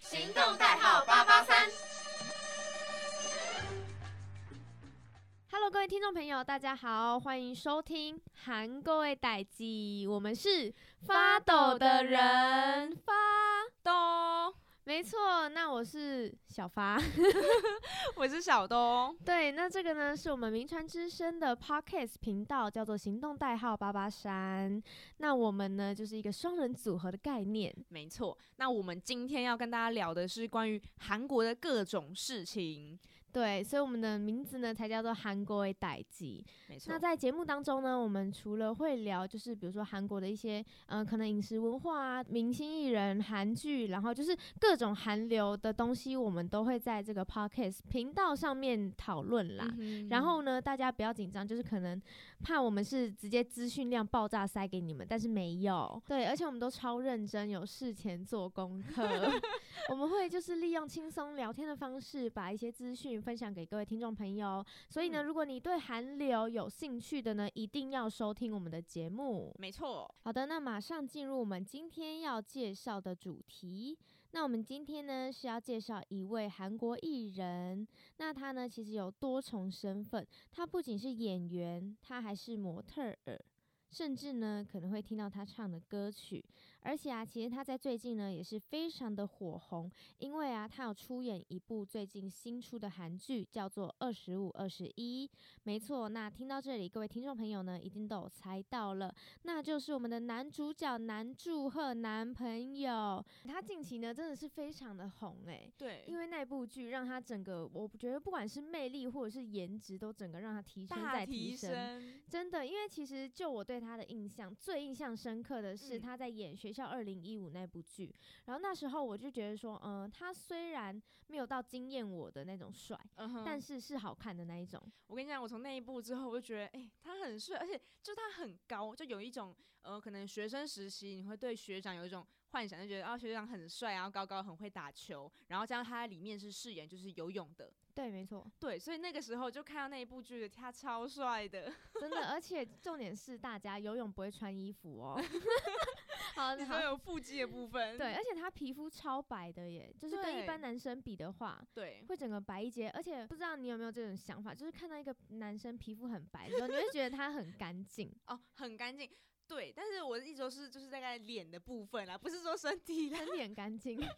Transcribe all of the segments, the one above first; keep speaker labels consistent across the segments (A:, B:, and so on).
A: 行动代号八八三。
B: Hello，各位听众朋友，大家好，欢迎收听《韩各位代记》，我们是发抖的人，发抖。没错，那我是小发。
C: 我是小东。
B: 对，那这个呢是我们名传之声的 Podcast 频道，叫做行动代号八八三。那我们呢就是一个双人组合的概念。
C: 没错，那我们今天要跟大家聊的是关于韩国的各种事情。
B: 对，所以我们的名字呢才叫做韩国的代记。
C: 没错
B: 那，在节目当中呢，我们除了会聊，就是比如说韩国的一些，嗯、可能饮食文化啊、明星艺人、韩剧，然后就是各种韩流的东西，我们都会在这个 podcast 频道上面讨论啦。
C: 嗯哼
B: 然后呢，大家不要紧张，就是可能怕我们是直接资讯量爆炸塞给你们，但是没有。对，而且我们都超认真，有事前做功 课。我们会就是利用轻松聊天的方式，把一些资讯分享给各位听众朋友。所以呢，
C: 嗯
B: 如果你对韩流有兴趣的呢，一定要收听我们的节目。
C: 没错，
B: 好的，那马上进入我们今天要介绍的主题。那我们今天呢是要介绍一位韩国艺人，那他呢其实有多重身份，他不仅是演员，他还是模特儿，甚至呢可能会听到他唱的歌曲。而且啊，其实他在最近呢也是非常的火红，因为啊他有出演一部最近新出的韩剧，叫做《二十五二十一》。没错，那听到这里，各位听众朋友呢一定都有猜到了。那就是我们的男主角南柱赫男朋友，他近期呢真的是非常的红诶、
C: 对
B: 因为那部剧让他整个，我觉得不管是魅力或者是颜值，都整个让他提升
C: 大
B: 再
C: 提
B: 升。
C: 升，
B: 真的，因为其实就我对他的印象，最印象深刻的是
C: 嗯
B: 他在演《学校二零一五》那部剧，然后那时候我就觉得说，嗯、他虽然没有到惊艳我的那种帅，
C: 嗯哼。
B: 但是是好看的那一种。
C: 我跟你讲，我从那一部之后，我就觉得，哎、他很帅，而且就他很高，就有一种呃，可能学生时期你会对学长有一种幻想，就觉得啊，学长很帅，然后高高，很会打球，然后加上他在里面是饰演就是游泳的，
B: 对，没错，
C: 对，所以那个时候就看到那一部剧，他超帅的，
B: 真的，而且重点是大家游泳不会穿衣服 哦。好，
C: 你
B: 好
C: 说，有腹肌的部分，
B: 对，而且他皮肤超白的耶，就是跟一般
C: 对
B: 男生比的话，
C: 对，
B: 会整个白一截。而且不知道你有没有这种想法，就是看到一个男生皮肤很白的时候，你会觉得他很干净。
C: 哦，很干净。对，但是我的意思是，就是大概脸的部分啦，不是说身体啦。
B: 很脸干净。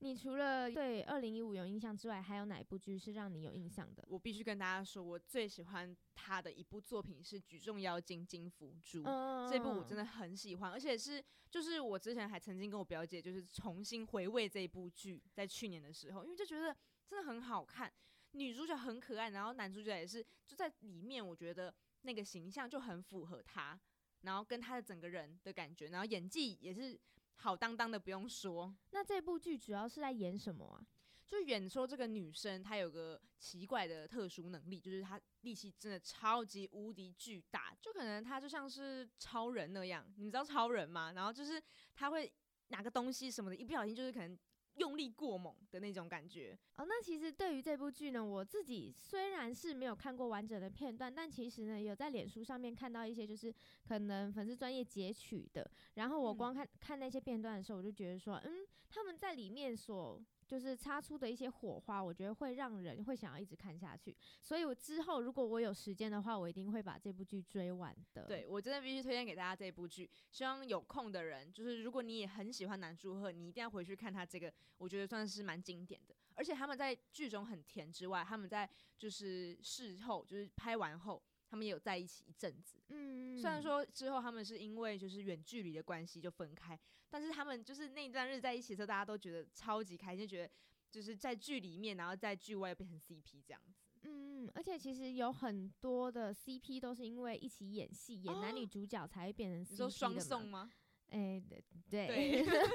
B: 你除了对二零一五有印象之外，还有哪一部剧是让你有印象的？
C: 我必须跟大家说，我最喜欢他的一部作品是《举重妖精金福珠》
B: 嗯
C: 这部我真
B: 的
C: 的很喜欢，而且是就是我之前还曾经跟我表姐就是重新回味这一部剧，在去年的时候，因为就觉得真的很好看，女主角很可爱，然后男主角也是就在里面，我觉得那个形象就很符合他，然后跟他的整个人的感觉，然后演技也是好当当的，不用说。
B: 那这部剧主要是在演什么啊？
C: 就演说这个女生她有个奇怪的特殊能力，就是她力气真的超级无敌巨大，就可能她就像是超人那样，你知道超人吗？然后就是她会拿个东西什么的，一不小心就是可能用力过猛的那种感觉。
B: 哦，那其实对于这部剧呢，我自己虽然是没有看过完整的片段，但其实呢，有在脸书上面看到一些就是可能粉丝专业截取的，然后我光
C: 嗯
B: 看、看那些片段的时候，我就觉得说，嗯，他们在里面所就是擦出的一些火花，我觉得会让人会想要一直看下去。所以我之后如果我有时间的话，我一定会把这部剧追完的。
C: 对我真的必须推荐给大家这部剧，希望有空的人，就是如果你也很喜欢南柱赫，你一定要回去看他这个，我觉得算是蛮经典的。而且他们在剧中很甜之外，他们在就是事后，就是拍完后，他们也有在一起一阵子。
B: 嗯，嗯，
C: 虽然
B: 嗯
C: 说之后他们是因为就是远距离的关系就分开，但是他们就是那一段日子在一起的时候，大家都觉得超级开心，就觉得就是在剧里面，然后在剧外变成 CP 这样子。
B: 嗯，嗯而且其实有很多的 CP 都是因为一起演戏，演男女
C: 哦
B: 主角才会变成 CP
C: 你说双
B: 的嘛
C: 宋吗？
B: 哎、对对，
C: 对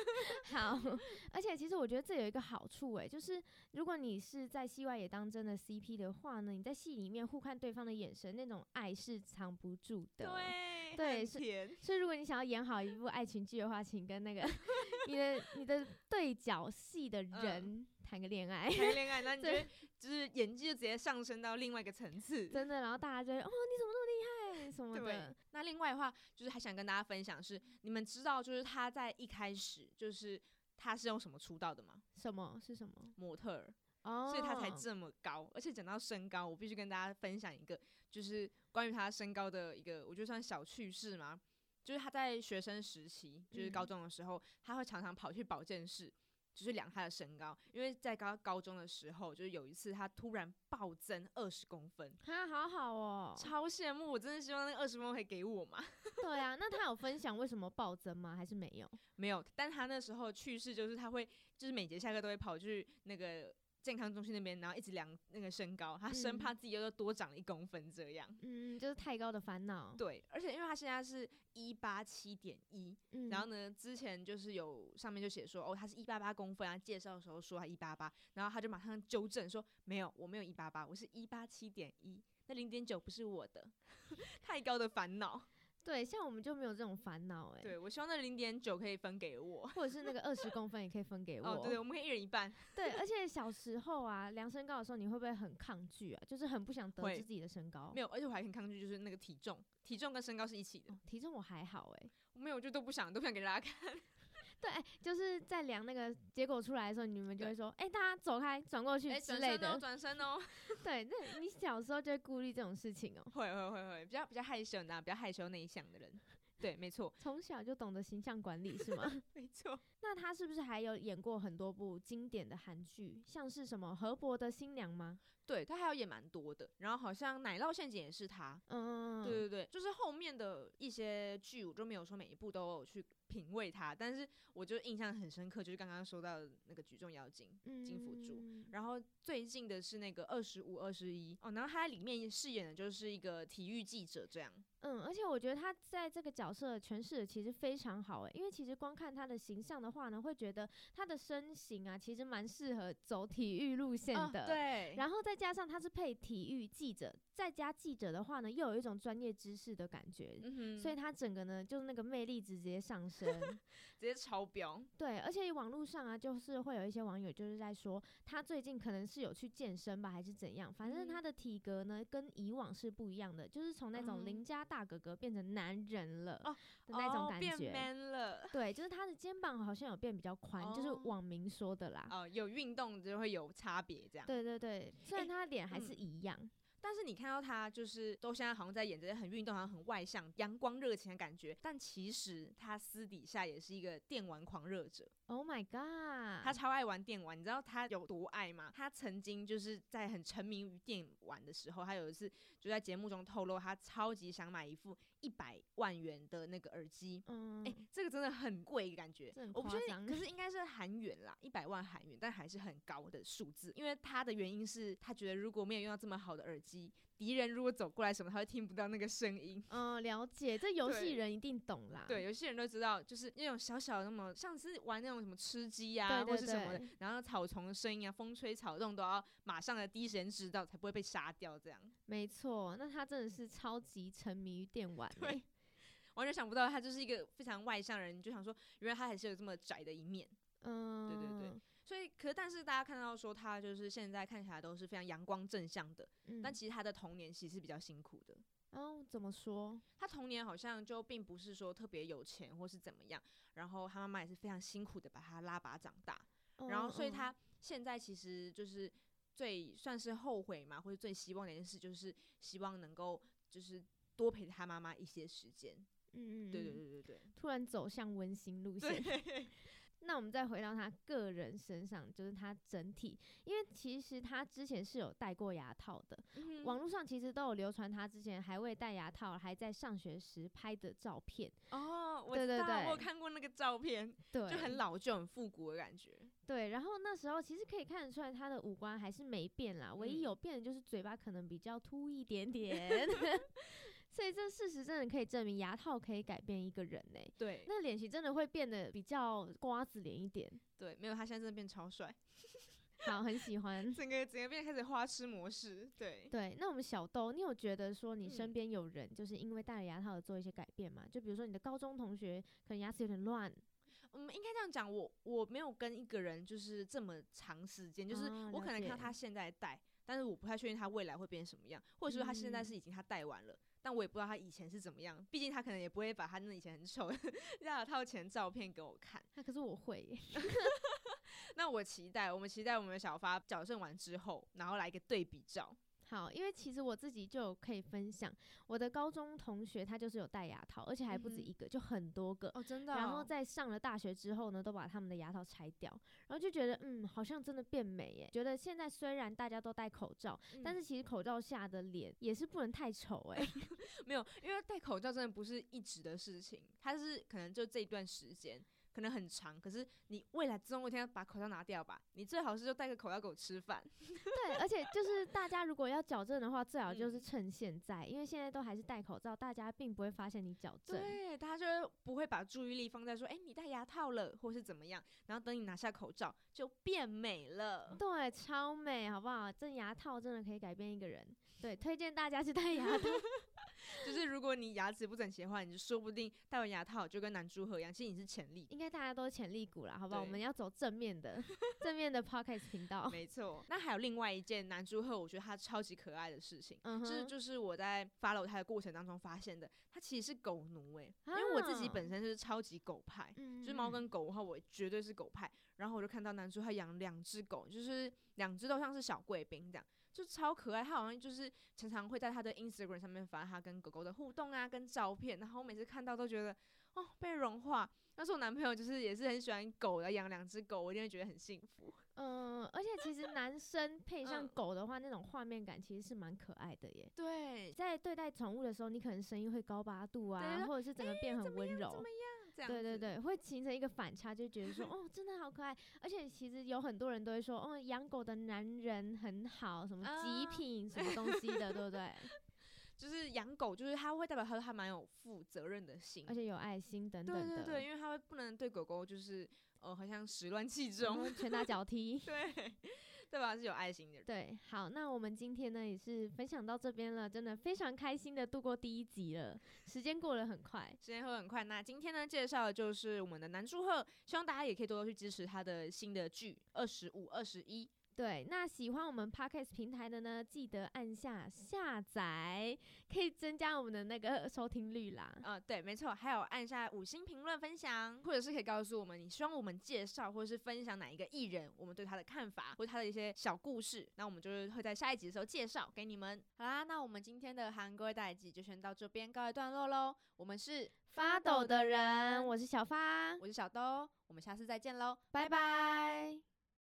B: 好，而且其实我觉得这有一个好处、哎，就是如果你是在戏外也当真的 CP 的话呢，你在戏里面互看对方的眼神，那种爱是藏不住的。。对
C: 对很
B: 是
C: 甜。
B: 所以，如果你想要演好一部爱情剧的话，请跟那个你的你的对角戏的
C: 嗯
B: 人谈个恋爱，
C: 谈恋 爱，那你就
B: 对
C: 会就是演技就直接上升到另外一个层次。
B: 真的，然后大家就会哦，你怎么那么厉害什么
C: 对
B: 的。，
C: 那另外的话，就是还想跟大家分享是，你们知道，就是他在一开始就是他是用什么出道的吗？
B: 什么是什么？
C: 模特儿，
B: 哦，
C: 所以他才这么高。而且讲到身高，我必须跟大家分享一个，就是关于他身高的一个，我觉得算小趣事嘛。就是他在学生时期，就是高
B: 嗯
C: 中的时候，他会常常跑去保健室，就是量他的身高，因为在高高中的时候，就是有一次他突然暴增二十公分，。
B: 他好好哦
C: 超羡慕，我真的希望那二十公分可以给我嘛。
B: 对啊，那他有分享为什么暴增吗？还是没有？
C: 没有，但他那时候去世就是他会，就是每节下课都会跑去那个健康中心那边，然后一直量那个身高，他生
B: 嗯
C: 怕自己又多长了一公分这样。
B: 嗯，就是太高的烦恼。
C: 对，而且因为他现在是一八七点一，
B: 嗯，
C: 然后呢，之前就是有上面就写说，哦，他是一八八公分啊，介绍的时候说他一八八，然后他就马上纠正说，没有，我没有一八八，我是一八七点一，那零点九不是我的， 太高的烦恼。
B: 对，像我们就没有这种烦恼哎。
C: 对，我希望那零点九可以分给我。
B: 或者是那个二十公分也可以分给我。
C: 哦，对，我们可以一人一半。
B: 对而且小时候啊，量身高的时候，你会不会很抗拒啊？就是很不想得
C: 会
B: 知自己的身高。
C: 没有，而且我还很抗拒，就是那个体重，体重跟身高是一起的。
B: 哦体重我还好哎、
C: 我没有，我就都不想，都不想给大家看。
B: 对，哎就是在量那个结果出来的时候，你们就
C: 对
B: 会说，哎、大家走开，转过去
C: 哎，
B: 之
C: 转
B: 类
C: 身
B: 的。
C: 哦，转身哦。
B: 对，那你小时候就会顾虑这种事情哦、
C: 会会会会，比较比较害羞，你知啊道，比较害羞内向的人。对，没错，
B: 从小就懂得形象管理是吗？
C: 没错。
B: 那他是不是还有演过很多部经典的韩剧，像是什么《河伯的新娘》吗？
C: 对他还有也蛮多的，然后好像奶酪陷阱也是他。
B: 嗯，
C: 对对对，就是后面的一些剧，我就没有说每一部都有去品味它，但是我就印象很深刻，就是刚刚说到的那个举重妖精，
B: 嗯
C: 金辅助然后最近的是那个二十五、二十一哦，然后他里面饰演的就是一个体育记者这样。
B: 嗯，而且我觉得他在这个角色诠释的其实非常好欸诶，因为其实光看他的形象的话呢，会觉得他的身形啊，其实蛮适合走体育路线
C: 啊
B: 的。。
C: 对，
B: 然后再加上他是配体育记者，再加记者的话呢，又有一种专业知识的感觉，
C: 嗯哼，
B: 所以他整个呢就是那个魅力值直接上 升。
C: 直接超标，
B: 对，而且网络上啊，就是会有一些网友就是在说，他最近可能是有去健身吧，还是怎样，反正
C: 嗯
B: 他的体格呢跟以往是不一样的，就是从那
C: 嗯
B: 种邻家大哥哥变成男人了
C: 哦
B: 的那种
C: 哦
B: 感
C: 变
B: 觉。
C: man 了。
B: 对，就是他的肩膀好像有变比较宽，就是
C: 哦
B: 网民说的啦。
C: 哦，有运动就会有差别这样。
B: 啊对对对，虽
C: 哎
B: 然他的脸还是
C: 嗯
B: 一样，
C: 但是你看到他就是都现在好像在演这些很运动、好像很外向、阳光热情的感觉，但其实他私底下也是一个电玩狂热者，
B: Oh my god！
C: 他超爱玩电玩。你知道他有多爱吗？他曾经就是在很沉迷于电玩的时候，他有一次就在节目中透露，他超级想买一副一百万元的那个耳机。
B: 嗯，
C: 哎、这个真的很贵，感觉
B: 这很
C: 我不确
B: 夸
C: 定，
B: 张
C: 可是应该是韩元啦，一百万韩元，但还是很高的数字。因为他的原因是他觉得如果没有用到这么好的耳机，敌人如果走过来什么，他会听不到那个声音。
B: 嗯，了解，这游
C: 对
B: 戏人一定懂啦。
C: 对，有些人都知道，就是那种小小的那么，像是玩那种什么吃鸡呀、
B: 对对
C: 或是什么的
B: 对，
C: 然后草丛的声音啊，风吹草动都要马上的第一时间知道，才不会被杀掉。这样
B: 没错，那他真的是超级沉迷于电玩、
C: 对
B: 欸。
C: 完全想不到，他就是一个非常外向的人，你就想说，原来他还是有这么窄的一面。
B: 嗯，
C: 对所以，可但是大家看到说他就是现在看起来都是非常阳光正向的，
B: 嗯，
C: 但其实他的童年其实是比较辛苦的。
B: 哦，怎么说？
C: 他童年好像就并不是说特别有钱或是怎么样，然后他妈妈也是非常辛苦的把他拉拔长大，然后所以
B: 嗯，
C: 他现在其实就是最算是后悔嘛，或者最希望的一件事就是希望能够就是多陪他妈妈一些时间。
B: 嗯嗯，
C: 对对
B: 嗯，
C: 对对对
B: 突然走向温馨路线。 那我们再回到他个人身上，就是他整体，因为其实他之前是有戴过牙套的，
C: 对，
B: 网络上其实都有流传他之前还未戴牙套，还在上学时拍的照片。
C: 哦，我
B: 对
C: 知
B: 对
C: 道，我有
B: 对
C: 看过那个照片，
B: 对，
C: 就很老旧、很复古的感觉。
B: 对。然后那时候其实可以看得出来，他的五官还是没变啦，唯一
C: 嗯
B: 有变的就是嘴巴可能比较凸一点点。 所以这事实真的可以证明，牙套可以改变一个人呢、
C: 对
B: 那脸型真的会变得比较瓜子脸一点。
C: 对，没有他现在真的变超帅，
B: 好，很喜 欢。
C: 整个整个变开始花痴模式。对，
B: 对，那我们小豆，你有觉得说你身
C: 嗯
B: 边有人就是因为戴了牙套而做一些改变吗？就比如说你的高中同学可能牙齿有点乱，
C: 我们嗯应该这样讲，我我没有跟一个人就是这么长时间，就是
B: 啊
C: 我
B: 了
C: 可能看到
B: 解
C: 他现在戴，但是我不太确定他未来会变成什么样，或者说他现在
B: 嗯
C: 是已经他带完了，但我也不知道他以前是怎么样，毕竟他可能也不会把他那以前很丑的 那套前照片啊给我看。
B: 那、可是我会耶，
C: 那我期待，我们期待我们的小发矫正完之后，然后来一个对比照。
B: 好，因为其实我自己就有可以分享，我的高中同学他就是有戴牙套，而且还不止
C: 嗯哼
B: 一个，就很多个。
C: 哦，真的
B: 然后在上了大学之后呢，都把他们的牙套拆掉，然后就觉得嗯，好像真的变美耶。觉得现在虽然大家都戴口罩，
C: 嗯
B: 但是其实口罩下的脸也是不能太丑哎。
C: 没有，因为戴口罩真的不是一直的事情，它是可能就这一段时间，可能很长。可是你未来总有一天要把口罩拿掉吧，你最好是就戴个口罩给我吃饭。
B: 对，而且就是大家如果要矫正的话，最好就是
C: 嗯
B: 趁现在，因为现在都还是戴口罩，大家并不会发现你矫正。
C: 对，大家就不会把注意力放在说，哎、你戴牙套了，或是怎么样。然后等你拿下口罩，就变美了。
B: 对，超美，好不好？这牙套真的可以改变一个人。对，推荐大家去戴牙套。
C: 就是如果你牙齿不整齐的话，你就说不定戴完牙套就跟男猪和一样，其实你是潜力股。
B: 应该大家都潜力股啦，好不好？我
C: 对
B: 们要走正面 的，正面的 podcast 频道。
C: 没错，那还有另外一件男猪鹤，我觉得他超级可爱的事情，
B: 嗯
C: 这、
B: 哼，
C: 就是我在 follow 他的过程当中发现的，他其实是狗奴诶、
B: 啊
C: 因为我自己本身是超级狗派，
B: 嗯
C: 就是猫跟狗的话，我绝对是狗派。然后我就看到男猪他养两只狗，就是两只都像是小贵宾这样，就超可爱。他好像就是常常会在他的 Instagram 上面发他跟狗狗的互动啊，跟照片。然后我每次看到都觉得哦被融化。但是我男朋友就是也是很喜欢狗的，养两只狗，我一定会觉得很幸福。
B: 嗯、而且其实男生配上
C: 嗯
B: 狗的话，那种画面感其实是蛮可爱的耶。
C: 对，
B: 在对待宠物的时候，你可能声音会高八度啊，
C: 就
B: 或者是整个变很温柔。
C: 这样
B: 对对
C: 子，
B: 对，会形成一个反差，就觉得 说哦，真的好可爱。而且其实有很多人都会说，哦，养狗的男人很好，什么极
C: 啊
B: 品、什么东西的，对不对？
C: 就是养狗，就是它会代表他他蛮有负责任的心，
B: 而且有爱心等等
C: 对
B: 的，
C: 对对，因为它会不能对狗狗就是呃好像始乱气
B: 然
C: 中，
B: 后嗯拳打脚踢。
C: 对对吧？是有爱心的人。
B: 对，好，那我们今天呢也是分享到这边了，真的非常开心的度过第一集了，时间过得很快。
C: 时间会很快。那今天呢，介绍的就是我们的南柱赫，希望大家也可以多多去支持他的新的剧《二十五二十一》。
B: 对，那喜欢我们 podcast 平台的呢，记得按下下载，可以增加我们的那个收听率啦。
C: 呃，对，没错，还有按下五星评论分享，或者是可以告诉我们你希望我们介绍或者是分享哪一个艺人，我们对他的看法或者他的一些小故事，那我们就是会在下一集的时候介绍给你们。好啦，那我们今天的韩国代记就先到这边告一段落喽。我们是
B: 发抖的人，我是小发，
C: 我是小兜，我们下次再见喽，
B: 拜拜。